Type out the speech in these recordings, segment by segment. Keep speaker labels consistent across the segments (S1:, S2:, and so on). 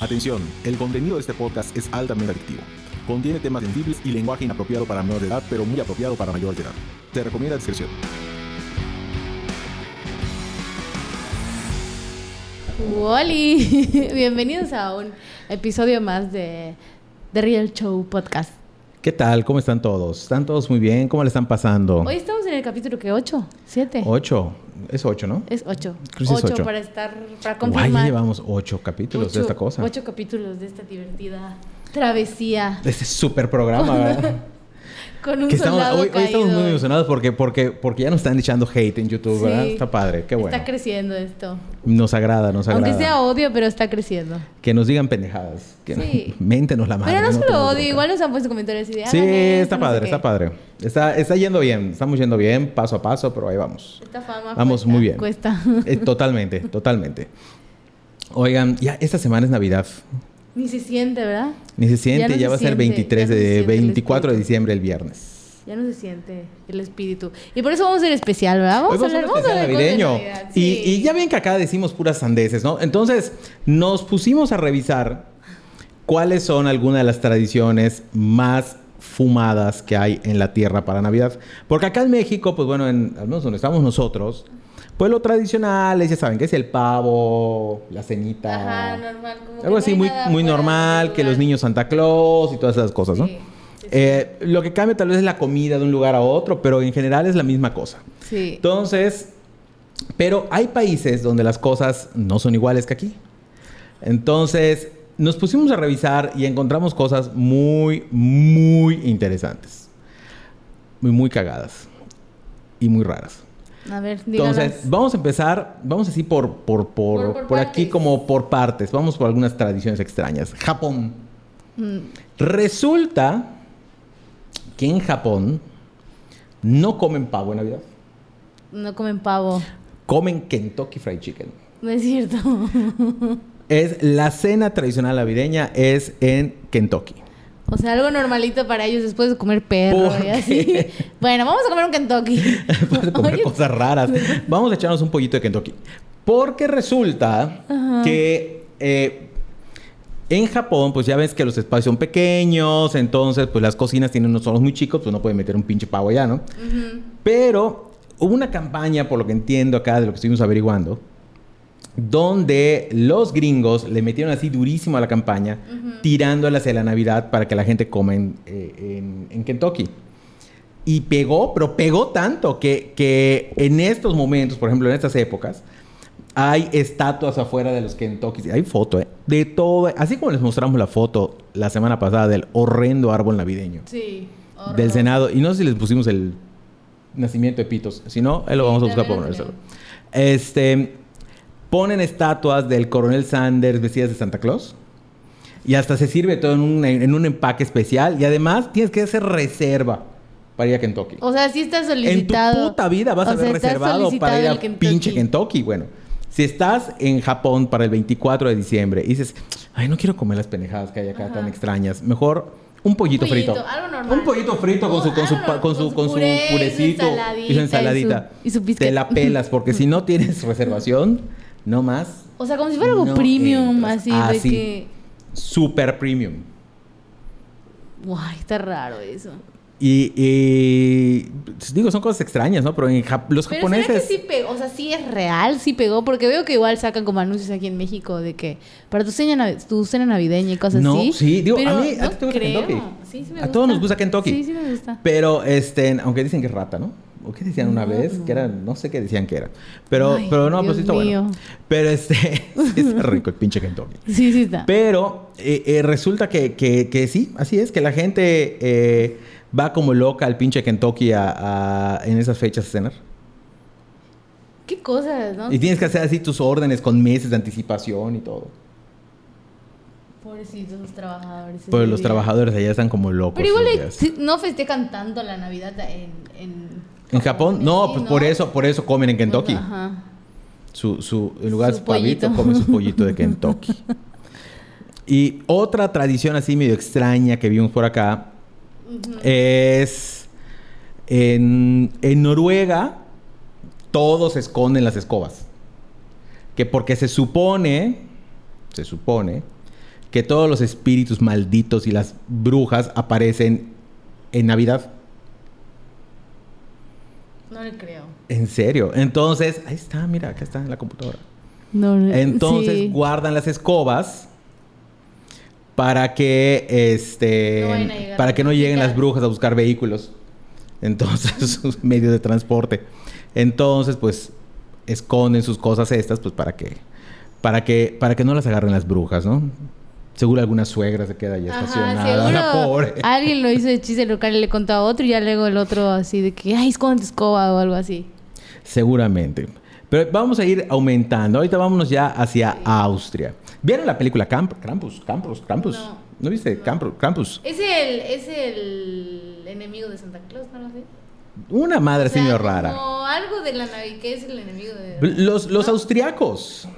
S1: Atención, el contenido de este podcast es altamente adictivo. Contiene temas sensibles y lenguaje inapropiado para menor de edad, pero muy apropiado para mayor de edad. Se recomienda discreción.
S2: Wally, bienvenidos a un episodio más de The Real Show Podcast.
S3: ¿Qué tal? ¿Cómo están todos? ¿Están todos muy bien? ¿Cómo le están pasando?
S2: Hoy estamos en el capítulo que 8, 7.
S3: Ocho. Es ocho, ¿no?
S2: Es 8.
S3: Creo que es ocho.
S2: para estar para
S3: Guay, ya
S2: confirmar.
S3: llevamos ocho capítulos de esta cosa.
S2: 8 capítulos de esta divertida travesía
S3: De este super programa, ¿verdad?
S2: con un
S3: Que estamos-
S2: soldado
S3: hoy, hoy
S2: caído.
S3: estamos muy emocionados porque, porque, porque ya nos están echando hate en YouTube,
S2: Sí.
S3: ¿verdad? Está padre, qué bueno.
S2: Está creciendo esto.
S3: Nos agrada, nos agrada.
S2: Aunque sea odio, pero está creciendo.
S3: Que nos digan pendejadas. Que
S2: Sí.
S3: Méntenos la madre.
S2: pero no solo
S3: tenemos
S2: odio,
S3: bronca.
S2: igual nos han puesto comentarios y de,
S3: Sí,
S2: "Hagan esto,
S3: está
S2: no sé
S3: padre,
S2: qué".
S3: está padre. Está, está yendo bien, estamos yendo bien, paso a paso, pero ahí vamos.
S2: Esta fama
S3: Vamos
S2: cuesta,
S3: muy bien.
S2: Cuesta.
S3: Eh, totalmente, totalmente. Oigan, ya esta semana es Navidad.
S2: Ni se siente, ¿verdad?
S3: Ni se
S2: Ya
S3: siente,
S2: no
S3: ya,
S2: se
S3: va a ser
S2: siente,
S3: 23
S2: ya no se
S3: de
S2: siente el
S3: 24 de
S2: espíritu.
S3: diciembre el viernes.
S2: Ya no se siente el espíritu. Y por eso vamos a ser especial, ¿verdad? Vamos,
S3: Hoy
S2: a hablar,
S3: un
S2: vamos a
S3: especial
S2: hablar de
S3: navideño.
S2: cosas de Navidad,
S3: Y,
S2: sí.
S3: y ya ven que acá decimos puras sandeces, ¿no? Entonces, nos pusimos a revisar cuáles son algunas de las tradiciones más fumadas que hay en la tierra para Navidad. Porque acá en México, pues bueno, en, al menos donde estamos nosotros, pues lo tradicional es, ya saben, que es el pavo, la cenita.
S2: Ajá, normal. Como
S3: Algo así muy, muy normal, que los niños Santa Claus y todas esas cosas, ¿no?
S2: Sí, sí, sí.
S3: Eh, lo que cambia tal vez es la comida de un lugar a otro, pero en general es la misma cosa.
S2: Sí.
S3: Entonces, pero hay países donde las cosas no son iguales que aquí. Entonces, nos pusimos a revisar y encontramos cosas muy, muy interesantes. Muy, muy cagadas. Y muy raras.
S2: A ver, díganos.
S3: Entonces, vamos a empezar, vamos así por, por, por,
S2: Por-
S3: por,
S2: por
S3: aquí
S2: partes.
S3: como por partes. Vamos por algunas tradiciones extrañas. Japón.
S2: Mm.
S3: Resulta que en Japón no comen pavo en Navidad.
S2: no comen pavo.
S3: Comen Kentucky Fried Chicken.
S2: No es cierto.
S3: Es la cena tradicional navideña es en Kentucky.
S2: O sea, algo normalito para ellos después de comer perro
S3: ¿Por
S2: y así.
S3: qué?
S2: Bueno, vamos a comer un Kentucky.
S3: Después de comer
S2: Oye,
S3: cosas raras. Vamos a echarnos un pollito de Kentucky. Porque resulta
S2: Ajá.
S3: que eh, en Japón, pues ya ves que los espacios son pequeños, entonces pues las cocinas tienen unos solos muy chicos, pues no pueden meter un pinche pavo allá, ¿no? Pero hubo una campaña, por lo que entiendo acá, de lo que estuvimos averiguando, donde los gringos le metieron así durísimo a la campaña, tirándola hacia la Navidad para que la gente coma en, eh, en- en Kentucky. Y pegó, pero pegó tanto que, que en estos momentos, por ejemplo, en estas épocas, hay estatuas afuera de los Kentucky. Hay foto, ¿eh? De todo. Así como les mostramos la foto la semana pasada del horrendo árbol navideño
S2: Sí. horror.
S3: del Senado. Y no sé si les pusimos el nacimiento de Pitos. Si no, ahí lo vamos a buscar para
S2: también lo
S3: ponérselo. Este, ponen estatuas del coronel Sanders vestidas de Santa Claus. Y hasta se sirve todo en un, en un empaque especial. Y además tienes que hacer reserva para ir a Kentucky.
S2: O sea, sí está
S3: En tu
S2: solicitado.
S3: puta vida vas
S2: O
S3: a haber
S2: sea, está
S3: reservado para ir
S2: solicitado
S3: a
S2: el Kentucky.
S3: pinche Kentucky. Bueno, si estás en Japón para el 24 de diciembre y dices, ay, no quiero comer las pendejadas que hay acá
S2: Ajá.
S3: tan extrañas, mejor un pollito,
S2: pollito,
S3: frito.
S2: algo normal.
S3: Un pollito frito con su, con su,
S2: Algo
S3: pa- con su,
S2: normal, con
S3: con
S2: su
S3: su
S2: puré, su
S3: purecito y su ensaladita.
S2: y su- y su
S3: Te
S2: biscuit.
S3: la pelas porque si no tienes reservación, no más.
S2: O sea, como si fuera algo
S3: No
S2: premium,
S3: entras.
S2: así
S3: Ah,
S2: de
S3: sí.
S2: que.
S3: Super premium.
S2: Guay, está raro eso.
S3: Y, y pues digo, son cosas extrañas, ¿no? Pero en Jap- los
S2: Pero
S3: japoneses...
S2: ¿será que sí pegó? O sea, sí es real, sí pegó, porque veo que igual sacan como anuncios aquí en México de que para tu cena, navi- tu cena navideña y cosas
S3: No,
S2: así.
S3: sí, digo, a
S2: Pero
S3: mí- a
S2: no
S3: ti te gusta
S2: creo.
S3: Kentucky.
S2: Sí, sí me
S3: A todos nos gusta Kentucky.
S2: Sí, sí me gusta.
S3: Pero, este, aunque dicen que es rata, ¿no? ¿O qué decían una
S2: No,
S3: vez?
S2: no.
S3: Que era, no sé qué decían que era. Pero,
S2: Ay,
S3: pero no,
S2: Dios
S3: pues sí está bueno.
S2: mío.
S3: Pero este, sí está rico el pinche Kentucky.
S2: Sí, sí está.
S3: Pero eh, eh, resulta que, que- que sí, así es, que la gente eh, va como loca al pinche Kentucky a- a- en esas fechas a cenar.
S2: Qué cosas, ¿no?
S3: Y tienes que hacer así tus órdenes con meses de anticipación y todo.
S2: Pobrecitos los trabajadores.
S3: Pero
S2: ese
S3: Pues los
S2: día.
S3: trabajadores allá están como locos.
S2: Pero igual
S3: esos
S2: eh,
S3: días.
S2: sí, no festejan tanto la Navidad en. En,
S3: ¿En Japón?
S2: Sí,
S3: No, pues por eso, por eso comen en Kentucky.
S2: Ajá.
S3: Su, su, en lugar de
S2: Su
S3: su pavito,
S2: pollito.
S3: come su pollito de Kentucky. y otra tradición así medio extraña que vimos por acá es en, en Noruega todos esconden las escobas. Que porque se supone, se supone que todos los espíritus malditos y las brujas aparecen en Navidad.
S2: No le creo.
S3: En serio. Entonces, ahí está, mira, acá está en la computadora.
S2: No, no-
S3: Entonces
S2: sí.
S3: guardan las escobas para que este
S2: No vayan a llegar
S3: para que no lleguen
S2: picadas.
S3: las brujas a buscar vehículos. Entonces, sus medios de transporte. Entonces, pues esconden sus cosas estas pues para que para que para que no las agarren las brujas, ¿no? Seguro alguna suegra se queda ahí
S2: Ajá,
S3: estacionada,
S2: seguro.
S3: la pobre.
S2: Alguien lo hizo de chiste local y le contó a otro y ya luego el otro así de que, ay, esconde tu escoba o algo así.
S3: Seguramente. Pero vamos a ir aumentando. Ahorita vámonos ya hacia Austria. ¿Vieron la película Camp Krampus? Krampus, Krampus.
S2: No.
S3: ¿No, viste? Krampus, Krampus.
S2: Es el, es el enemigo de Santa Claus, ¿no lo sé?
S3: Una madre
S2: O sea,
S3: señor rara.
S2: Como algo de la Navidad, que es el enemigo de...
S3: Los, los austriacos.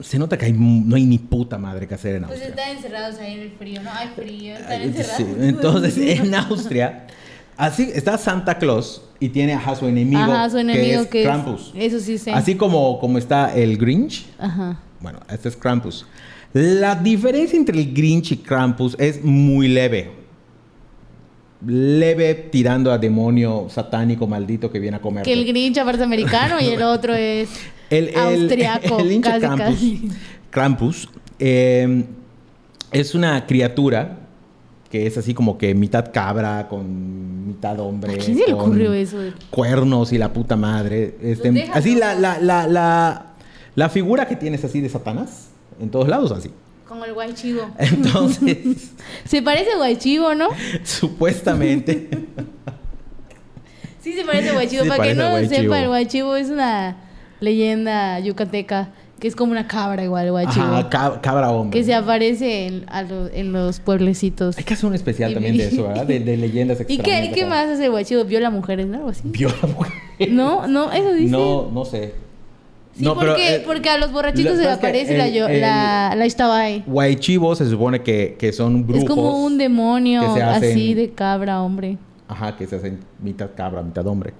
S3: Se nota que hay, mu- no hay ni puta madre que hacer en
S2: Pues
S3: Austria.
S2: están encerrados ahí en el frío, ¿no? Hay frío, están
S3: Ay,
S2: encerrados.
S3: sí. Entonces, en Austria, así está Santa Claus y tiene a su enemigo,
S2: Ajá, su enemigo que es...
S3: Krampus.
S2: Eso sí sé.
S3: Así como, como está el Grinch,
S2: Ajá.
S3: Bueno, este es Krampus. La diferencia entre el Grinch y Krampus es muy leve. Leve tirando a demonio satánico maldito que viene a comer.
S2: Que el Grinch aparte es americano y el otro es austriaco.
S3: el hincha
S2: casi,
S3: Krampus,
S2: casi.
S3: Krampus, eh, es una criatura que es así como que mitad cabra con mitad hombre.
S2: ¿A quién se le
S3: con
S2: ocurrió eso?
S3: Cuernos y la puta madre. Este,
S2: Los dejan
S3: así la,
S2: locos.
S3: la, la, la, la figura que tienes así de Satanás. En todos lados así.
S2: Como el guaychivo.
S3: Entonces,
S2: Se parece a guaychivo, ¿no?
S3: supuestamente,
S2: Sí, se parece a guaychivo.
S3: Sí,
S2: Para que
S3: parece a
S2: no
S3: guaychivo.
S2: sepa, el guaychivo es una leyenda yucateca que es como una cabra igual, el guaychivo.
S3: ajá, ca- cabra hombre.
S2: que se aparece en, a lo- en los pueblecitos.
S3: Hay que hacer un especial
S2: Y-
S3: también de eso, ¿verdad? De, de leyendas
S2: ¿Y
S3: extrañas.
S2: qué, y qué
S3: acá.
S2: más hace el guaychivo? ¿Viola mujeres, no? Algo así.
S3: Viola mujer.
S2: No, no, eso dice.
S3: No, no sé.
S2: Sí,
S3: no,
S2: porque,
S3: eh,
S2: porque a los borrachitos se
S3: lo- pero
S2: les
S3: es que
S2: aparece la,
S3: el-
S2: yo-
S3: el-
S2: la, la Ixtabay.
S3: Guaychivo se supone que, que son brujos.
S2: Es como un demonio
S3: que se hacen-
S2: así de cabra, hombre.
S3: Ajá, que se hacen mitad cabra, mitad hombre.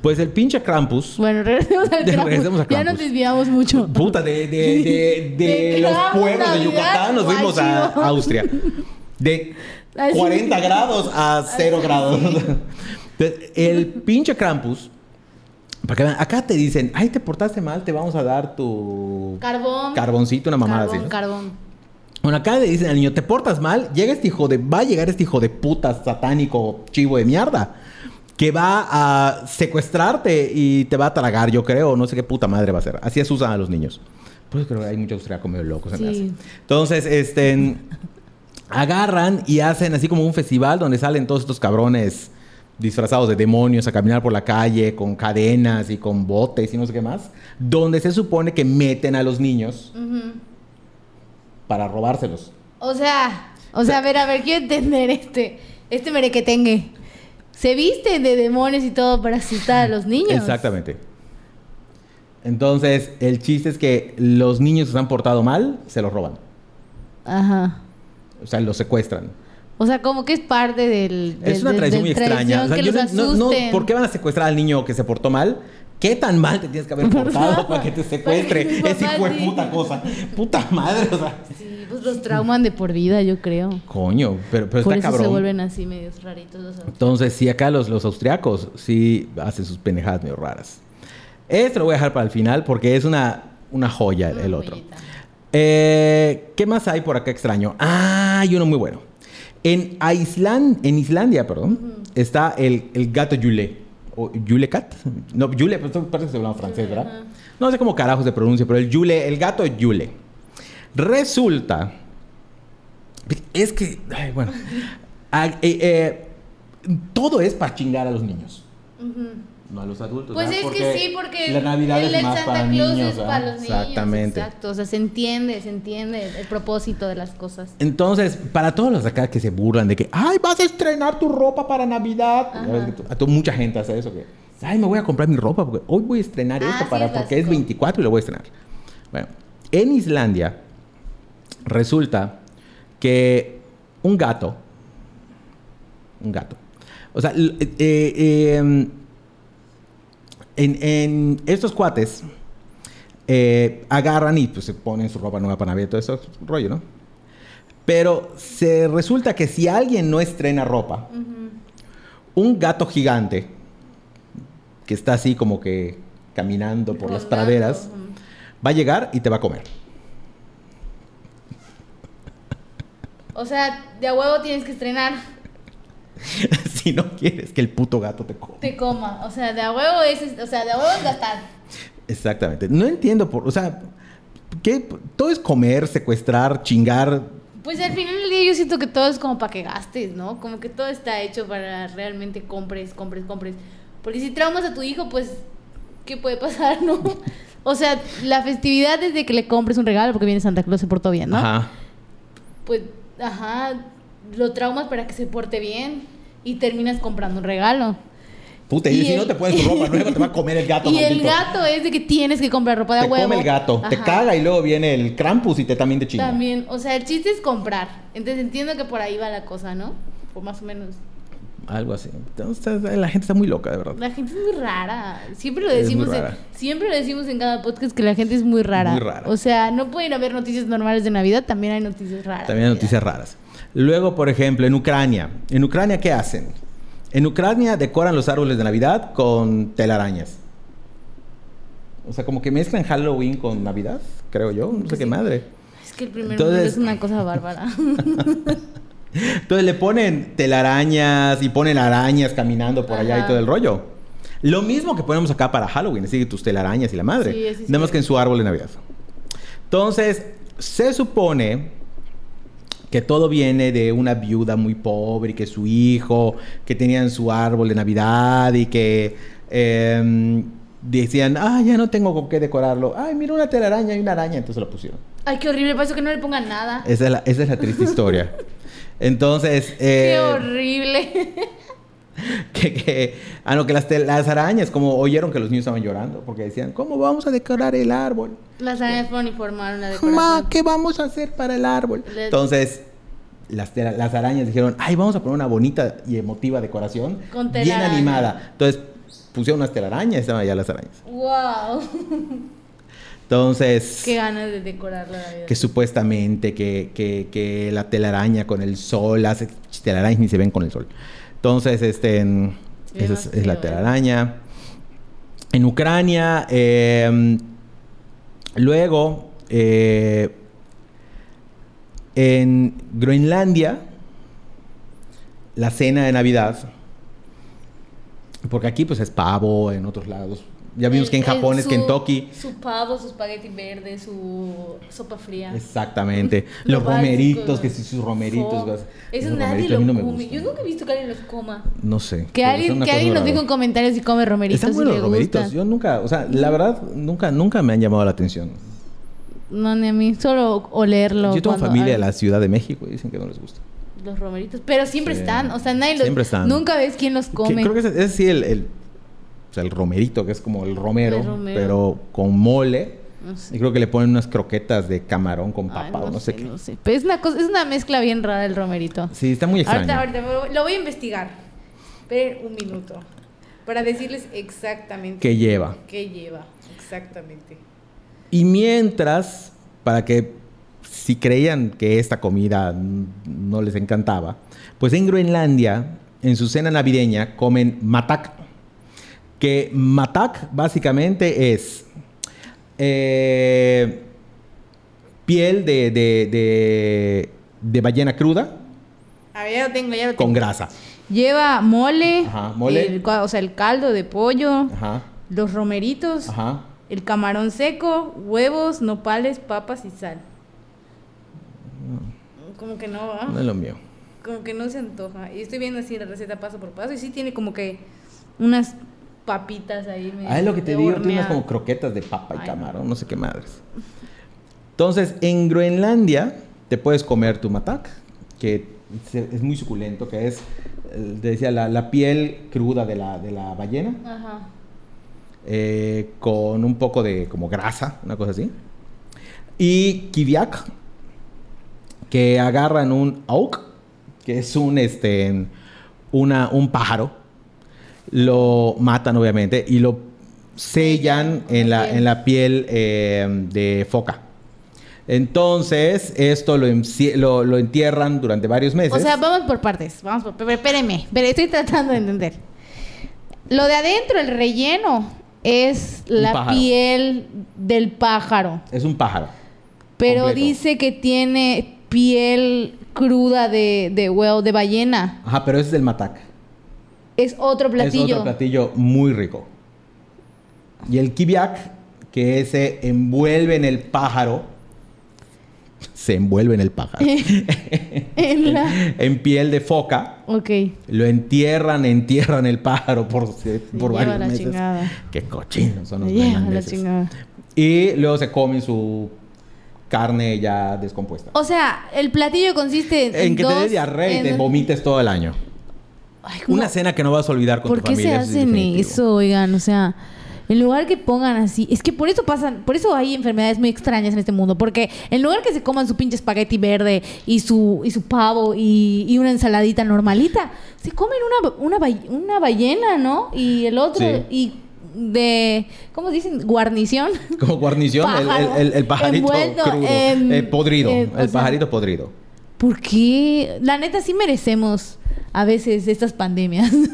S3: Pues el pinche Krampus.
S2: Bueno, regresemos al Krampus.
S3: Regresemos a
S2: Ya
S3: Krampus.
S2: nos desviamos mucho.
S3: Puta, de, de, de, de,
S2: De
S3: los
S2: Krampus,
S3: pueblos de
S2: Navidad,
S3: Yucatán nos fuimos a
S2: guaychivo.
S3: Austria. De
S2: Así.
S3: 40 grados a 0 grados. Entonces, el pinche Krampus. Para que vean, acá te dicen, ay, te portaste mal, te vamos a dar tu
S2: Carbón.
S3: carboncito, una mamada
S2: carbón,
S3: así. ¿no?
S2: carbón.
S3: Bueno, acá le dicen al niño, te portas mal, llega este hijo de, va a llegar este hijo de puta satánico chivo de mierda, que va a secuestrarte y te va a tragar, yo creo, no sé qué puta madre va a ser. Así asustan a los niños. Por eso creo que hay muchos austriacos medio locos, se me
S2: Sí.
S3: hace. Entonces, este, agarran y hacen así como un festival donde salen todos estos cabrones disfrazados de demonios a caminar por la calle con cadenas y con botes y no sé qué más, donde se supone que meten a los niños
S2: Ujú.
S3: para robárselos.
S2: O sea, o sea, a ver, a ver, quiero entender este, este merequetengue. Se visten de demonios y todo para asustar a los niños.
S3: Exactamente. Entonces, el chiste es que los niños que se han portado mal, se los roban.
S2: Ajá.
S3: O sea, los secuestran.
S2: O sea, como que es parte del. del-
S3: es una
S2: del-
S3: tradición muy
S2: del
S3: extraña. O sea,
S2: que
S3: yo
S2: los
S3: no- no- no-
S2: asusten.
S3: ¿Por qué van a secuestrar al niño que se portó mal? ¿Qué tan mal te tienes que haber portado para que te secuestre?
S2: Para que tu
S3: Ese hijo
S2: papá
S3: de
S2: sí.
S3: puta cosa. Puta madre, o sea.
S2: Sí, pues los trauman de por vida, yo creo.
S3: Coño, pero, pero
S2: por
S3: está
S2: eso
S3: cabrón.
S2: se vuelven así medios raritos los adultos.
S3: Entonces, sí, acá los, los austriacos sí hacen sus pendejadas medio raras. Esto lo voy a dejar para el final porque es una, una joya el, el
S2: Una
S3: otro.
S2: joyita.
S3: Eh, ¿Qué más hay por acá extraño? Ah, hay uno muy bueno. En, Islan- en Islandia perdón, está el, el gato Yule. O ¿Yule cat? No, Yule, pero esto parece que se hablaba francés, ¿verdad?
S2: ajá.
S3: No sé cómo carajo se pronuncia, pero el Yule, el gato Yule. Resulta. Es que. ay, bueno. Ah, eh, eh, todo es para chingar a los niños. No a los adultos.
S2: Pues
S3: ¿verdad?
S2: es que sí, porque
S3: Pues la Navidad
S2: el,
S3: es
S2: el
S3: más
S2: Santa
S3: para
S2: Claus
S3: niños,
S2: es
S3: ¿verdad?
S2: para los niños.
S3: Exactamente.
S2: Exacto, o sea, se entiende, se entiende el propósito de las cosas.
S3: Entonces, para todos los de acá que se burlan de que, ay, vas a estrenar tu ropa para Navidad. Ya ves que tú- A tu- mucha gente hace eso, que, ay, me voy a comprar mi ropa porque hoy voy a estrenar
S2: Ah,
S3: esto
S2: sí,
S3: para,
S2: es
S3: porque es
S2: básico.
S3: 24 y lo voy a estrenar. Bueno, en Islandia resulta que un gato, un gato, o sea, l- eh, eh, em, en, en estos cuates eh, agarran y pues, se ponen su ropa nueva para Navidad, todo eso, es un rollo, ¿no? Pero se resulta que si alguien no estrena ropa, un gato gigante que está así como que caminando por las
S2: Rondando,
S3: praderas,
S2: ujú.
S3: va a llegar y te va a comer.
S2: O sea, de a huevo tienes que estrenar.
S3: si no quieres que el puto gato te coma.
S2: Te coma. O sea, de a huevo es. O sea, de a huevo es gastar.
S3: Exactamente. No entiendo por, o sea, que todo es comer, secuestrar, chingar.
S2: Pues al final del día yo siento que todo es como para que gastes, ¿no? Como que todo está hecho para realmente compres, compres, compres. Porque si traumas a tu hijo, pues, ¿qué puede pasar, no? O sea, la festividad es de que le compres un regalo porque viene Santa Claus se portó bien, ¿no?
S3: Ajá.
S2: Pues, ajá, lo traumas para que se porte bien y terminas comprando un regalo.
S3: Puta, y,
S2: Y
S3: si
S2: el-
S3: no te pones tu ropa nueva, te va a comer el gato.
S2: y el
S3: maldito.
S2: gato es de que tienes que comprar ropa de
S3: Te
S2: a huevo.
S3: come el gato, te
S2: Ajá.
S3: caga y luego viene el Krampus y te también te chinga.
S2: También, o sea, el chiste es comprar. Entonces entiendo que por ahí va la cosa, ¿no? O más o menos.
S3: Algo así. Entonces, la gente está muy loca, de verdad.
S2: La gente es muy rara. Siempre lo
S3: Es muy
S2: decimos, en-
S3: rara.
S2: siempre lo decimos en cada podcast que la gente es muy rara.
S3: Muy rara.
S2: O sea, no pueden haber noticias normales de Navidad, también hay noticias raras.
S3: También
S2: de Navidad.
S3: hay noticias raras. Luego, por ejemplo, en Ucrania. ¿En Ucrania qué hacen? En Ucrania decoran los árboles de Navidad con telarañas. O sea, como que mezclan Halloween con Navidad, creo yo. No sé qué madre.
S2: Es que el primer mundo
S3: Entonces-
S2: es una cosa bárbara.
S3: Entonces le ponen telarañas y ponen arañas caminando por allá
S2: Ajá.
S3: y todo el rollo. Lo mismo que ponemos acá para Halloween, así que tus telarañas y la madre.
S2: Sí, sí, sí.
S3: Nada más que en su árbol de Navidad. Entonces, se supone que todo viene de una viuda muy pobre y que su hijo, que tenían su árbol de Navidad y que em, decían, ah, ya no tengo con qué decorarlo. Ay, mira una telaraña y una araña. Entonces lo pusieron.
S2: Ay, qué horrible, paso que no le pongan nada.
S3: Esa es la, esa es la triste historia. Entonces,
S2: Qué
S3: eh,
S2: horrible.
S3: que, que- ah, no, que las, tel- las arañas, como oyeron que los niños estaban llorando, porque decían, ¿cómo vamos a decorar el árbol?
S2: Las arañas fueron y formaron la decoración.
S3: Ma, ¿qué vamos a hacer para el árbol?
S2: Le-
S3: Entonces, las, tela- las arañas dijeron, ay, vamos a poner una bonita y emotiva decoración,
S2: Con
S3: bien
S2: telaraña.
S3: animada. Entonces, pusieron unas telarañas y estaban allá las arañas.
S2: Wow.
S3: Entonces,
S2: Qué ganas de decorar la Navidad.
S3: que supuestamente que, que- que la telaraña con el sol, las telarañas ni se ven con el sol. Entonces, este, en-
S2: Sí,
S3: esa
S2: no
S3: es,
S2: sé,
S3: es la
S2: güey.
S3: telaraña. En Ucrania, eh, luego, eh, en Groenlandia, la cena de Navidad, porque aquí pues es pavo, en otros lados. Ya vimos que en
S2: El- el-
S3: Japón es
S2: su-
S3: Kentucky.
S2: Su pavo, su espagueti verde, su sopa fría.
S3: Exactamente.
S2: Lo
S3: Los
S2: básico,
S3: romeritos, que
S2: ¿no?
S3: sí, sus romeritos.
S2: Fo-
S3: güey.
S2: Eso
S3: Esos
S2: nadie
S3: romeritos
S2: lo
S3: a mí no me
S2: come.
S3: gustan.
S2: Yo nunca he visto que alguien los coma.
S3: No sé.
S2: Que
S3: pero son
S2: alguien,
S3: una
S2: que
S3: cosa
S2: alguien nos
S3: rara.
S2: dijo en comentarios si come romeritos.
S3: Están buenos
S2: si
S3: los
S2: le gusta.
S3: romeritos. Yo nunca, o sea, la verdad, nunca, nunca me han llamado la atención.
S2: No, ni a mí. Solo olerlo.
S3: Yo tengo
S2: cuando-
S3: familia
S2: ah,
S3: de la Ciudad de México y dicen que no les gusta.
S2: Los romeritos. Pero siempre
S3: Sí.
S2: están. O sea, nadie los...
S3: Siempre están.
S2: Nunca ves quién los
S3: Que
S2: come.
S3: creo que ese es sí el, el, o sea, el romerito, que es como el romero,
S2: El romero.
S3: pero con mole.
S2: No sé.
S3: Y creo que le ponen unas croquetas de camarón con
S2: Ay,
S3: papa o no sé, qué.
S2: no sé. Pero es una, cosa, es una mezcla bien rara el romerito.
S3: Sí, está muy extraño.
S2: Ahorita, ahorita me voy- lo voy a investigar. Esperen un minuto. Para decirles exactamente
S3: Que lleva.
S2: qué lleva. Exactamente.
S3: Y mientras, para que si creían que esta comida mm, no les encantaba, pues en Groenlandia, en su cena navideña, comen matak. Que matak básicamente es eh, piel de, de- de- de ballena cruda
S2: A ver, ya lo tengo, ya lo tengo.
S3: con grasa.
S2: Lleva mole.
S3: Ajá, mole.
S2: el cua- o sea, el caldo de pollo.
S3: Ajá,
S2: Los romeritos.
S3: ajá.
S2: El camarón seco. Huevos, nopales, papas y sal.
S3: Mm.
S2: Como que no va.
S3: No es lo mío.
S2: Como que no se antoja. Y estoy viendo así la receta paso por paso. Y sí tiene como que unas papitas ahí. medio
S3: Ah, es lo que
S2: de
S3: te digo, tiene unas
S2: hornear.
S3: como croquetas de papa
S2: Ay,
S3: y camarón, no sé qué madres. Entonces, en Groenlandia te puedes comer tu matak, que se- es muy suculento, que es, eh, te decía, la, la piel cruda de la, de la ballena,
S2: Ajá.
S3: eh, con un poco de como grasa, una cosa así. Y kiviak, que agarran un auk, que es un, este, una, un pájaro, lo matan obviamente y lo sellan en la, en la piel eh, de foca. Entonces, esto lo, enci- lo- lo entierran durante varios meses.
S2: O sea, vamos por partes. Vamos por. pero Espérenme, pero estoy tratando de entender. Lo de adentro, el relleno, es
S3: Un
S2: la
S3: pájaro.
S2: piel del pájaro.
S3: es un pájaro.
S2: Pero
S3: Completo.
S2: dice que tiene piel cruda de, de huevo, de ballena.
S3: Ajá, pero ese es el matac.
S2: Es otro platillo.
S3: Es otro platillo muy rico. Y el kibiak, que se envuelve en el pájaro. Se envuelve en el pájaro.
S2: En la-
S3: en piel de foca.
S2: Ok.
S3: Lo entierran, entierran el pájaro por, eh, por
S2: lleva
S3: varios
S2: la
S3: meses.
S2: chingada.
S3: Qué cochinos son los
S2: Me lleva la
S3: tailandeses.
S2: chingada.
S3: Y luego se comen su carne ya descompuesta.
S2: O sea, el platillo consiste en.
S3: en que te
S2: dos-
S3: dé diarrea y te
S2: en-
S3: vomites todo el año.
S2: Ay, ¿cómo?
S3: Una cena que no vas a olvidar con
S2: ¿Por
S3: tu
S2: qué se
S3: familia. es
S2: hacen
S3: definitivo.
S2: eso, oigan? O sea, en lugar que pongan así, es que por eso pasan, por eso hay enfermedades muy extrañas en este mundo, porque en lugar que se coman su pinche espagueti verde y su y su pavo y, y una ensaladita normalita, se comen una una, bay- una ballena, ¿no? Y el otro
S3: Sí.
S2: y de ¿cómo dicen? guarnición.
S3: Como guarnición, el-
S2: Pájaro
S3: el, el- el pajarito
S2: envuelto
S3: crudo.
S2: en-
S3: eh, podrido.
S2: eh, o
S3: el
S2: sea-
S3: pajarito podrido.
S2: ¿Por qué? La neta sí merecemos a veces estas pandemias.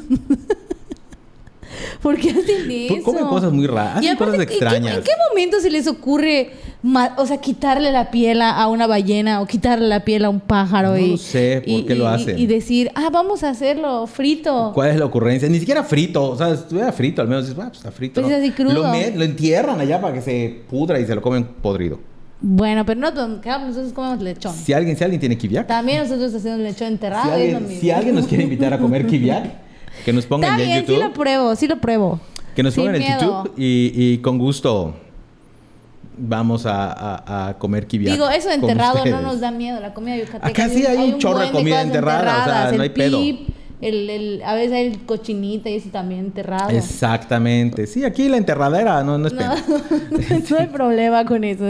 S2: ¿Por qué hacen eso?
S3: Tú comen cosas muy raras.
S2: Y
S3: Hacen
S2: aparte,
S3: cosas
S2: ¿en qué-
S3: extrañas.
S2: ¿en qué, momento se les ocurre, ma- o sea, quitarle la piel a, a una ballena o quitarle la piel a un pájaro?
S3: No
S2: y,
S3: lo sé por
S2: y-
S3: qué lo
S2: y-
S3: hacen.
S2: Y decir, ah, vamos a hacerlo frito.
S3: ¿Cuál es la ocurrencia? Ni siquiera frito. O sea, si estuviera frito, al menos dices, "Ah, pues está frito.
S2: Pues
S3: ¿no?".
S2: así crudo.
S3: Lo, met- lo entierran allá para que se pudra y se lo comen podrido.
S2: Bueno, pero no, tom- claro, nosotros comemos lechón.
S3: Si alguien, si alguien tiene kibiak,
S2: También nosotros hacemos lechón enterrado.
S3: si
S2: es lo
S3: alguien,
S2: mismo.
S3: si alguien nos quiere invitar a comer kibiak, que nos pongan
S2: Está
S3: ya en
S2: bien, sí
S3: YouTube.
S2: lo pruebo, sí lo pruebo.
S3: Que nos
S2: Sin
S3: pongan en
S2: miedo.
S3: YouTube y, y con gusto vamos a, a- a comer kibiak.
S2: Digo, eso de
S3: con
S2: enterrado no
S3: ustedes.
S2: nos da miedo, la comida yucateca.
S3: Acá sí hay un chorro de
S2: buen
S3: comida
S2: cosas
S3: enterrada, o sea,
S2: enterradas,
S3: no
S2: el
S3: hay pedo.
S2: pip, El, el- a veces hay el cochinita y eso también enterrado.
S3: Exactamente. Sí, aquí la enterradera no, no es
S2: No,
S3: pena.
S2: no hay problema con eso.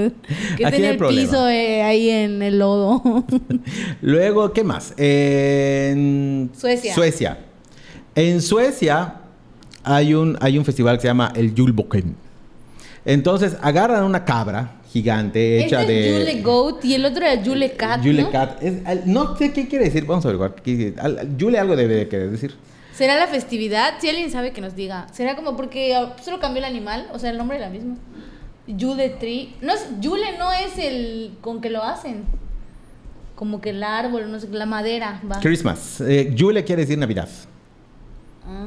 S2: Que esté
S3: Aquí
S2: en
S3: no hay
S2: el
S3: problema.
S2: piso eh, ahí en el lodo.
S3: Luego, ¿qué más? En
S2: Suecia.
S3: Suecia. En Suecia hay un, hay un festival que se llama el Julboken. Entonces, agarran una cabra gigante hecha
S2: este
S3: de... Eh,
S2: es Jule Goat y el otro era Jule Cat.
S3: Yule
S2: ¿no?
S3: Cat. Es- al- no sé qué quiere decir. Vamos a averiguar. qué quiere decir. Al- al- Yule algo debe de querer decir.
S2: ¿Será la festividad? Si alguien sabe que nos diga. ¿Será como porque ah, solo cambió el animal? O sea, el nombre era el mismo. Yule Tree. No, es- Yule no es el con que lo hacen. Como que el árbol, no sé, la madera. Va.
S3: Christmas. Eh, Yule quiere decir Navidad.
S2: Ah.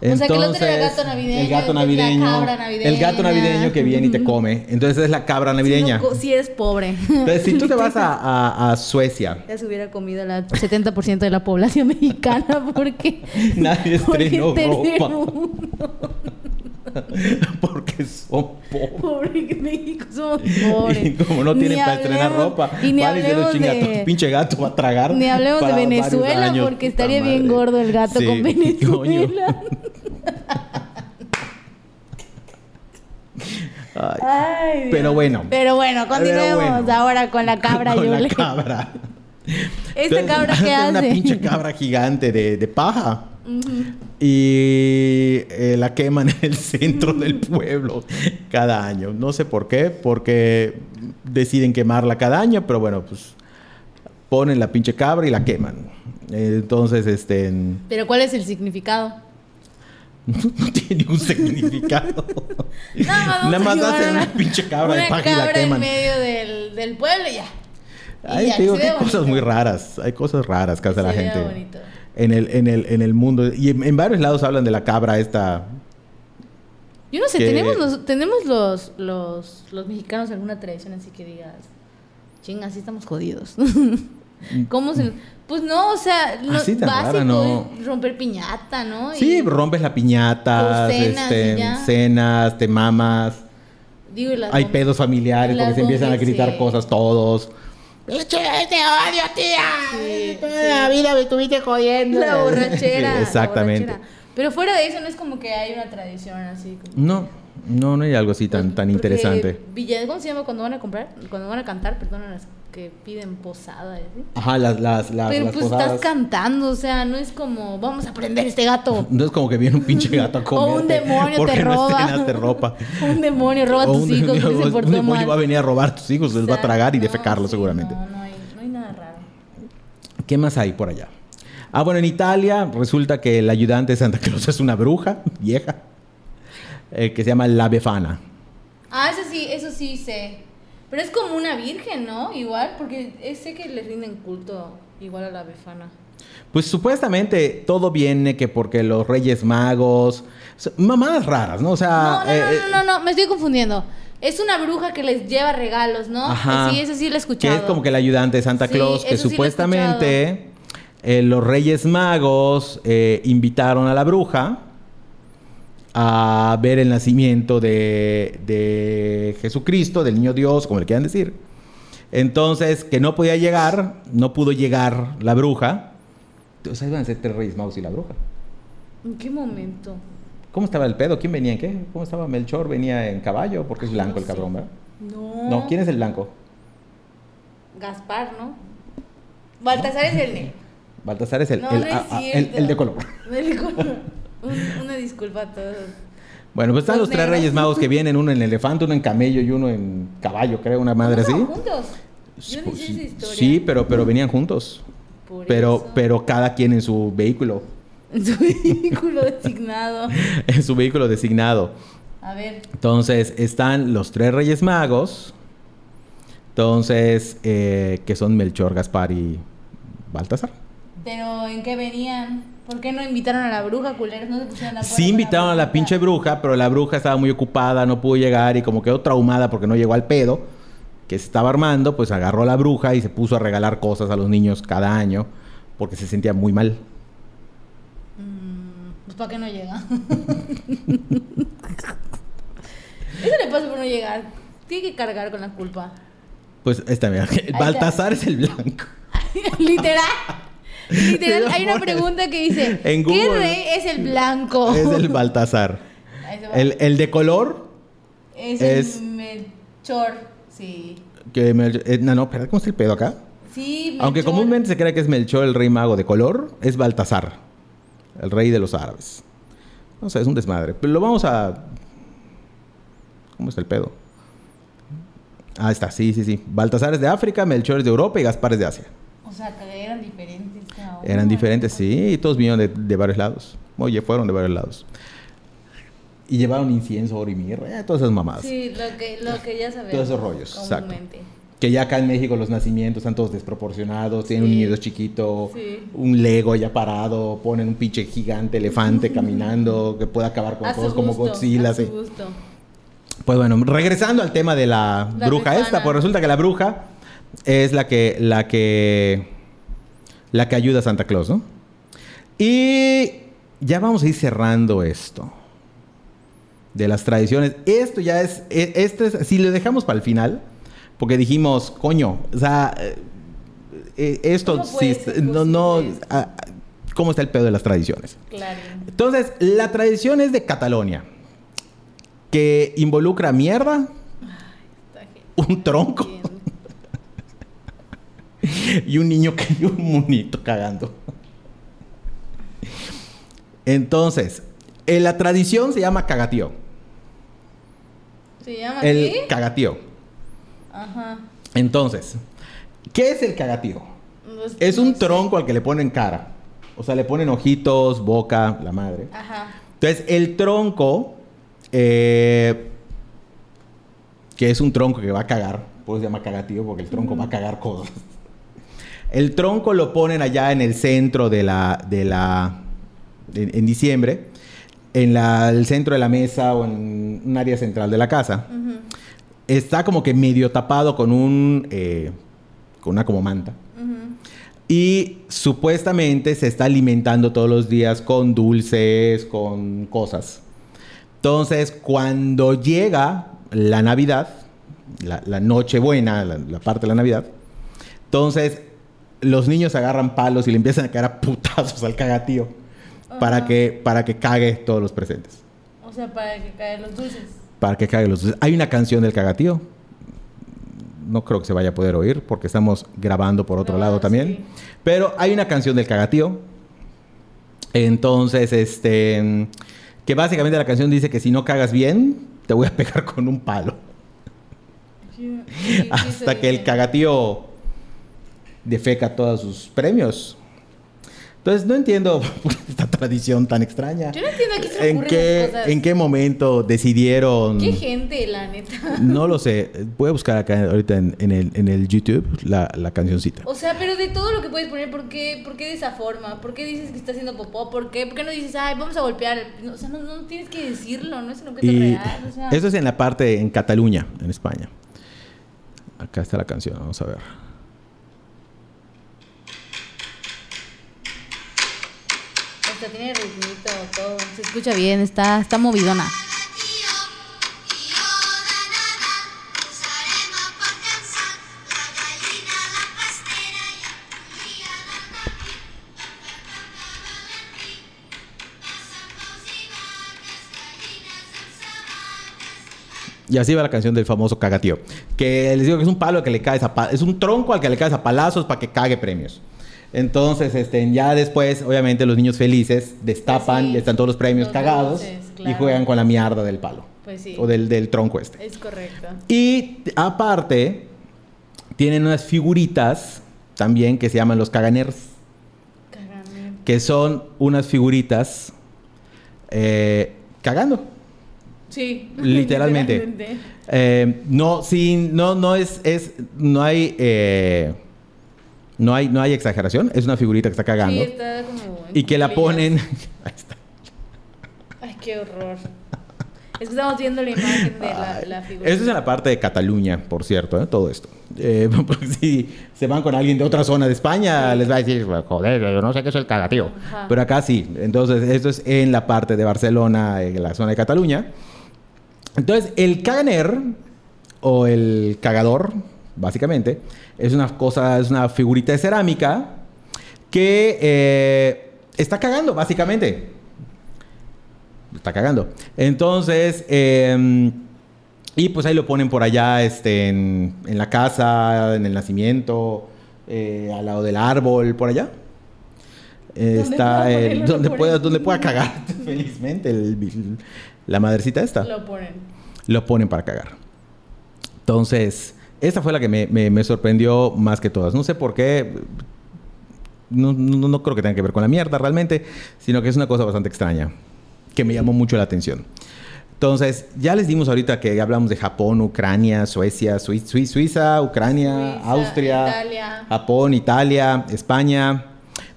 S2: O sea, que el otro era el gato navideño,
S3: El gato
S2: después la
S3: navideño.
S2: cabra navideña.
S3: El gato navideño que viene y te come. Entonces es la cabra navideña.
S2: Si, no co- si eres pobre.
S3: Entonces, si tú te vas a, a- a Suecia,
S2: Ya se hubiera comido el 70% de la población mexicana porque...
S3: nadie
S2: porque
S3: estrenó
S2: tener
S3: ropa
S2: un-
S3: porque son pobres.
S2: Pobre que México somos
S3: Y
S2: pobres.
S3: como no
S2: Ni
S3: tienen para estrenar
S2: hablemos-
S3: ropa,
S2: Y ni
S3: van diciendo,
S2: hablemos
S3: "Chinga, tu
S2: de...
S3: pinche gato va a tragar.
S2: Ni hablemos de
S3: para varios
S2: Venezuela
S3: años,
S2: porque
S3: puta
S2: estaría bien
S3: madre".
S2: gordo el gato
S3: Sí,
S2: con
S3: coño.
S2: Venezuela.
S3: Ay,
S2: Ay, Dios.
S3: Pero bueno.
S2: Pero bueno,
S3: Pero
S2: continuemos
S3: bueno.
S2: ahora con la cabra
S3: con la
S2: Yule.
S3: cabra.
S2: Esta
S3: Entonces,
S2: cabra que
S3: hacen Una pinche
S2: hace.
S3: cabra gigante de, de paja. Y eh, la queman en el centro
S2: Mm.
S3: del pueblo cada año. No sé por qué, porque deciden quemarla cada año, pero bueno, pues ponen la pinche cabra y la queman. Entonces, este, no
S2: Pero ¿cuál es el significado?
S3: tiene un significado.
S2: Nada más, vamos a
S3: Nada más
S2: llevar
S3: hacen
S2: una-
S3: una pinche cabra de
S2: una
S3: paja y la
S2: cabra en
S3: queman.
S2: medio del, del pueblo y ya. Y
S3: Ay,
S2: ya,
S3: te digo,
S2: que se
S3: que hay
S2: vea
S3: cosas
S2: bonito.
S3: muy raras. Hay cosas raras que hace
S2: se
S3: la
S2: vea
S3: gente.
S2: bonito.
S3: En el, en, el, en el mundo. Y en, en varios lados hablan de la cabra esta.
S2: Yo no sé,
S3: que-
S2: tenemos, los, tenemos los, los, los mexicanos alguna tradición así que digas, ching, así estamos jodidos. ¿Cómo se.? Pues no, o sea, lo
S3: Así tan rara,
S2: básico
S3: ¿no?
S2: es romper piñata, ¿no?
S3: Sí,
S2: Y-
S3: rompes la piñata, este,
S2: Tus cenas y ya.
S3: cenas, te mamas.
S2: Digo, y las
S3: Hay
S2: mom-
S3: pedos familiares
S2: las
S3: porque se empiezan a
S2: bombis,
S3: gritar
S2: sí.
S3: cosas todos.
S4: este
S2: Sí,
S4: La vida me estuviste jodiendo.
S2: La borrachera. la
S3: Sí, exactamente.
S2: borrachera. Pero fuera de eso, no es como que hay una tradición así. Como,
S3: No, no, no hay algo así tan, tan
S2: Porque
S3: interesante.
S2: Villa, ¿Cómo se llama cuando van a comprar? Cuando van a cantar, perdón, a las que piden posada. ¿eh?
S3: Ajá, las, las, las,
S2: Pero
S3: las
S2: pues
S3: posadas.
S2: estás cantando, o sea, no es como, vamos a prender este gato.
S3: No es como que viene un pinche gato a
S2: O un
S3: comerte
S2: demonio
S3: porque
S2: te
S3: no
S2: roba.
S3: estrenaste ropa.
S2: un demonio roba a
S3: O
S2: tus
S3: un
S2: hijos porque se
S3: demonio,
S2: portó
S3: un demonio
S2: mal.
S3: va a venir a robar a tus hijos, los va a tragar y
S2: No,
S3: defecarlos
S2: sí,
S3: seguramente.
S2: No, no hay, no hay nada raro.
S3: ¿Qué más hay por allá? Ah, bueno, en Italia resulta que el ayudante de Santa Claus es una bruja vieja eh, que se llama La Befana.
S2: Ah, eso sí, eso sí sé. Pero es como una virgen, ¿no? Igual, porque es- sé que le rinden culto igual a la befana.
S3: Pues supuestamente todo viene que porque los Reyes Magos, so- mamadas raras, ¿no? O sea,
S2: no, no,
S3: eh, eh,
S2: no, no, no, no, me estoy confundiendo. Es una bruja que les lleva regalos, ¿no?
S3: Ajá.
S2: Sí, eso sí lo he
S3: que
S2: escuchado.
S3: es como que el ayudante de Santa
S2: Sí,
S3: Claus, que
S2: eso sí lo he
S3: supuestamente eh, los Reyes Magos eh, invitaron a la bruja a ver el nacimiento de, de Jesucristo, del niño Dios, como le quieran decir. Entonces, que no podía llegar, no pudo llegar la bruja. O sea, iban a ser tres Reyes Magos y la bruja.
S2: ¿En qué momento?
S3: ¿Cómo estaba el pedo? ¿Quién venía en qué? ¿Cómo estaba Melchor? ¿Venía en caballo? Porque es blanco
S2: No
S3: el cabrón,
S2: sé. Ah.
S3: ¿verdad?
S2: No.
S3: No, ¿quién es el blanco?
S2: Gaspar, ¿no? Baltasar es el negro.
S3: Baltasar es el,
S2: No,
S3: el-
S2: no es
S3: a- a- el-
S2: cierto.
S3: el de color.
S2: El color. Un- una disculpa a todos.
S3: Bueno, pues están
S2: Los
S3: los tres
S2: negros.
S3: reyes magos que vienen, uno en elefante, uno en camello y uno en caballo, creo, una
S2: ¿No
S3: madre así. pues,
S2: estaban juntos? Yo ni sé esa historia.
S3: Sí, pero, pero venían juntos.
S2: Por
S3: Pero,
S2: eso.
S3: pero cada quien en su vehículo,
S2: En su vehículo designado.
S3: en su vehículo designado.
S2: A ver.
S3: Entonces, están los tres reyes magos. Entonces, eh, que son Melchor, Gaspar y Baltasar.
S2: Pero ¿en qué venían? ¿Por qué no invitaron a la bruja, culeros? No se pusieron de acuerdo
S3: Sí
S2: con
S3: invitaron a la pinche bruja, pero la bruja estaba muy ocupada, no pudo llegar y como quedó traumada porque no llegó al pedo que se estaba armando, pues agarró a la bruja y se puso a regalar cosas a los niños cada año porque se sentía muy mal.
S2: Mm, pues ¿para qué no llega? Eso le pasa por no llegar. Tiene que cargar con la culpa.
S3: Pues esta mira, el
S2: está.
S3: Baltasar es el blanco.
S2: Literal. Literal.
S3: Sí,
S2: Hay una
S3: amor.
S2: pregunta que dice,
S3: En
S2: ¿qué
S3: Google.
S2: rey es el blanco?
S3: Es el Baltasar.
S2: Ahí se va.
S3: El, el de color,
S2: es,
S3: es-
S2: el Melchor. Sí.
S3: que Mel- eh, no, no, espera, ¿cómo está el pedo acá?
S2: Sí, Melchor.
S3: Aunque comúnmente se cree que es Melchor el rey mago de color, es Baltasar, el rey de los árabes. No sé, es un desmadre. Pero lo vamos a. ¿Cómo está el pedo? Ah, está, sí, sí, sí. Baltasar es de África, Melchor es de Europa y Gaspar es de Asia.
S2: O sea, que eran diferentes. cada uno,
S3: Eran diferentes,
S2: ¿no?
S3: sí, y todos vinieron de, de varios lados. Oye, fueron de varios lados. Y llevaron incienso, oro y mirra, eh, todas esas mamadas.
S2: Sí, lo que, lo que ya sabemos.
S3: Todos esos rollos, exacto.
S2: comúnmente.
S3: Que ya acá en México los nacimientos están todos desproporcionados, tienen un
S2: Sí.
S3: niño Dios chiquito,
S2: Sí.
S3: un Lego ya parado, ponen un pinche gigante elefante caminando que puede acabar con
S2: A su
S3: todos como
S2: gusto,
S3: Godzilla.
S2: a su
S3: sí.
S2: gusto.
S3: Pues bueno, regresando al tema de la,
S2: La
S3: bruja
S2: befana.
S3: esta, pues resulta que la bruja es la que la que la que ayuda a Santa Claus, ¿no? Y ya vamos a ir cerrando esto de las tradiciones. Esto ya es e- este es- si lo dejamos para el final, porque dijimos, coño, o sea, eh, eh, esto
S2: ¿Cómo puede
S3: sí
S2: ser
S3: está- no no
S2: posible esto?
S3: ah, ah, cómo está el pedo de las tradiciones.
S2: Claro.
S3: Entonces, la tradición es de Catalonia, que involucra mierda,
S2: Está bien.
S3: un tronco y un niño que y un monito cagando. Entonces, eh, la tradición se llama cagatío.
S2: ¿Se llama
S3: El
S2: así?
S3: cagatío.
S2: Ajá.
S3: Entonces, ¿qué es el cagatío?
S2: Los-
S3: Es
S2: no
S3: un
S2: sé.
S3: tronco al que le ponen cara. O sea, le ponen ojitos, boca, la madre.
S2: Ajá.
S3: Entonces, el tronco, eh, que es un tronco que va a cagar, por eso se llama cagatío, porque el tronco va a cagar cosas. El tronco lo ponen allá en el centro de la. De la en, en diciembre, en la- el centro de la mesa o en un área central de la casa.
S2: Ujú,
S3: Está como que medio tapado con un. eh, con una como manta.
S2: ujú.
S3: Y supuestamente se está alimentando todos los días con dulces, con cosas. Entonces, cuando llega la Navidad, la, la Nochebuena, la, la parte de la Navidad, entonces los niños agarran palos y le empiezan a caer a putazos al cagatío para
S2: Ajá.
S3: que, para que cague todos los presentes.
S2: O sea, para que caen los dulces.
S3: Para que cague los dulces. Hay una canción del cagatío. no creo que se vaya a poder oír porque estamos grabando por otro
S2: No,
S3: lado también.
S2: Ah, sí.
S3: Pero hay una canción del cagatío. Entonces, este. Que básicamente la canción dice que si no cagas bien, te voy a pegar con un palo.
S2: Sí, sí, sí,
S3: Hasta
S2: se
S3: que el
S2: ve.
S3: cagatío defeca todos sus premios. Entonces, no entiendo esta tradición tan extraña.
S2: Yo no entiendo a qué se le
S3: ¿En
S2: ocurren
S3: qué,
S2: esas cosas.
S3: ¿En qué momento decidieron?
S2: Qué gente, la neta.
S3: No lo sé. Voy a buscar acá ahorita en, en el, en el YouTube la, la cancioncita.
S2: O sea, pero de todo lo que puedes poner, ¿por qué, ¿por qué de esa forma? ¿Por qué dices que está haciendo popó? ¿Por qué? ¿Por qué no dices, ay, vamos a golpear? No, o sea, no, no tienes que decirlo, no es un objeto
S3: Y
S2: real. O sea,
S3: eso es en la parte en Cataluña, en España. Acá está la canción, vamos a ver.
S2: hasta tiene ritmito, todo. Se escucha bien, está, está movidona.
S3: Y así va la canción del famoso cagatío. Que les digo que es un palo que le caes a pa- es un tronco al que le caes a palazos para que cague premios. Entonces, este, ya después, obviamente, los niños felices destapan
S2: Sí.
S3: y están todos los premios
S2: Los
S3: cagados
S2: dulces,
S3: y
S2: claro.
S3: juegan con la mierda del palo.
S2: Pues sí.
S3: O del, del tronco este.
S2: Es correcto.
S3: Y t- aparte, tienen unas figuritas también que se llaman los caganers,
S2: Caramba.
S3: que son unas figuritas eh, cagando.
S2: Sí.
S3: Literalmente. Eh, no, sí, no, no es, es, no hay, eh, no hay, no hay exageración. Es una figurita que está
S2: Sí,
S3: cagando
S2: está como. en
S3: y que la
S2: cuclillas.
S3: ponen. Ahí está.
S2: Ay, qué horror. Es que estamos viendo la imagen de la,
S3: Ay,
S2: la figura.
S3: Eso es en la parte de Cataluña, por cierto, ¿eh? todo esto. Eh, porque si se van con alguien de otra zona de España, les va a decir, "Pues, joder, yo no sé qué es el cagatío.
S2: Ajá.
S3: Pero acá sí. Entonces, esto es en la parte de Barcelona, en la zona de Cataluña. Entonces, el caganer, o el cagador, básicamente, es una cosa, es una figurita de cerámica que eh, está cagando, básicamente. Está cagando. Entonces, eh, y pues ahí lo ponen por allá, este, en, en la casa, en el nacimiento, eh, al lado del árbol, por allá. Eh,
S2: ¿Dónde
S3: está
S2: pueda
S3: el-
S2: ponerlo?
S3: donde
S2: Lo
S3: pueda,
S2: ponen.
S3: donde pueda cagar felizmente el- la madrecita esta
S2: Lo ponen.
S3: lo ponen para cagar. Entonces, esta fue la que me, me- me sorprendió más que todas. No sé por qué. No, no- no creo que tenga que ver con la mierda realmente, sino que es una cosa bastante extraña que me llamó mucho la atención. Entonces, ya les dimos ahorita que hablamos de Japón, Ucrania, Suecia, Sui- Sui- Suiza, Ucrania,
S2: Suiza,
S3: Austria,
S2: Italia.
S3: Japón, Italia, España.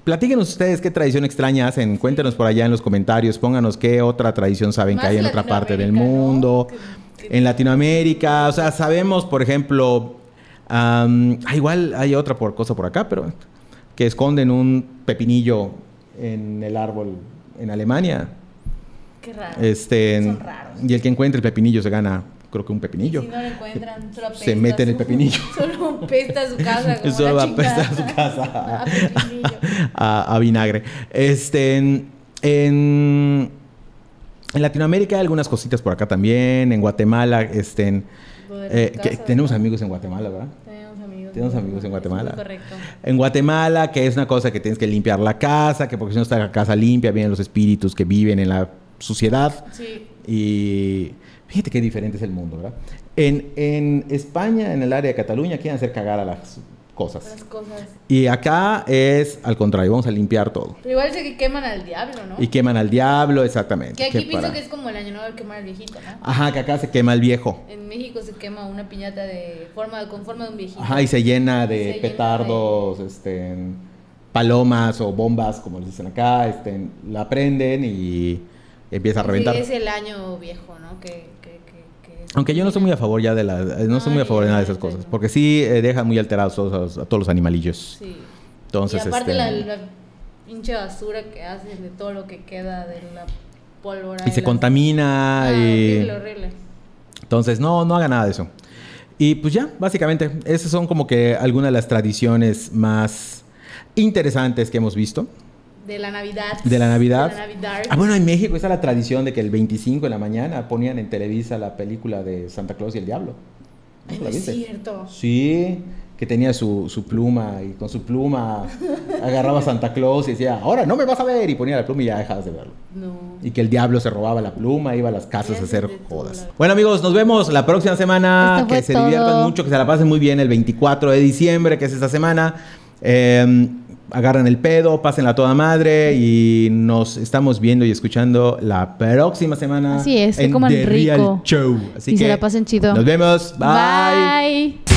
S3: Platíquenos ustedes qué tradición extraña hacen. Cuéntenos por allá en los comentarios. Pónganos qué otra tradición saben que
S2: Más
S3: hay en otra parte del
S2: Latinoamérica, ¿no?
S3: mundo.
S2: Que- que-
S3: En Latinoamérica, o sea, sabemos, por ejemplo, am, ah, igual hay otra por, cosa por acá, pero que esconden un pepinillo en el árbol en Alemania.
S2: Qué raro.
S3: Este,
S2: Ah, Son raros.
S3: Y el que encuentre el pepinillo se gana, creo que un pepinillo.
S2: Si no lo encuentran, solo
S3: Se
S2: apesta
S3: mete en el
S2: su-
S3: pepinillo.
S2: Solo apesta su casa. Como
S3: Solo
S2: la
S3: apesta
S2: chingada.
S3: su casa.
S2: A pepinillo.
S3: a, a vinagre. Este, en, en, en Latinoamérica hay algunas cositas por acá también. En Guatemala, este, en-
S2: Lo de las
S3: eh, que-
S2: casas,
S3: tenemos
S2: ¿no?
S3: amigos en Guatemala, ¿verdad?
S2: Tenemos amigos.
S3: Tenemos amigos en Guatemala.
S2: Es muy correcto.
S3: En Guatemala, que es una cosa que tienes que limpiar la casa, que porque si no está la casa limpia, vienen los espíritus que viven en la suciedad.
S2: Sí.
S3: Y fíjate qué diferente es el mundo, ¿verdad? En, en España, en el área de Cataluña, quieren hacer cagar a las cosas.
S2: Las cosas.
S3: Y acá es al contrario, vamos a limpiar todo.
S2: Pero igual sé que queman al diablo, ¿no?
S3: Y queman al diablo, exactamente.
S2: que aquí
S3: que
S2: pienso
S3: para-
S2: que es como el año nuevo el quemar al viejito, ¿no?
S3: Ajá, que acá se quema el viejo.
S2: En México se quema una piñata de forma con forma de un viejito.
S3: Ajá, y se llena
S2: Se
S3: de
S2: llena de-
S3: petardos, este, palomas o bombas, como les dicen acá. Este, la prenden y empieza a
S2: Sí,
S3: reventar.
S2: es el año viejo, ¿no? Que, que, que, que es-
S3: Aunque yo no soy muy a favor ya de la, eh, no soy muy a
S2: Ay,
S3: favor de nada de esas
S2: ay,
S3: cosas,
S2: no.
S3: porque sí eh, deja muy alterados todos los- a todos los animalillos.
S2: Sí.
S3: Entonces,
S2: y aparte
S3: este,
S2: la, la pinche basura que hacen de todo lo que queda de la pólvora.
S3: y
S2: de
S3: se
S2: la-
S3: contamina
S2: Ah,
S3: y
S2: horrible, horrible.
S3: entonces no no haga nada de eso. Y pues ya, básicamente, esas son como que algunas de las tradiciones más interesantes que hemos visto.
S2: De la Navidad.
S3: De la Navidad.
S2: De la Navidad.
S3: Ah, bueno, en México está la tradición de que el 25 de la mañana ponían en Televisa la película de Santa Claus y el Diablo.
S2: Ay,
S1: ¿No
S2: no
S1: la
S2: es
S1: viste?
S2: cierto.
S3: Sí, que tenía su, su pluma y con su pluma agarraba a Santa Claus y decía, ahora no me vas a ver. Y ponía la pluma y ya dejabas de verlo.
S2: No.
S3: Y que el diablo se robaba la pluma, iba a las casas a
S2: Fíjate
S3: hacer
S2: tú, la
S3: jodas.
S2: verdad.
S3: Bueno amigos, nos vemos la próxima semana.
S2: Esto fue
S3: Que se
S2: todo.
S3: diviertan mucho, que se la pasen muy bien el 24 de diciembre, que es esta semana. Eh, agarran el pedo, pásenla a toda madre y nos estamos viendo y escuchando la próxima semana.
S2: Así es, que coman
S3: The Real
S2: rico.
S3: Show. Así
S2: Y
S3: que
S2: se la pasen chido.
S3: Nos vemos. Bye.
S2: Bye.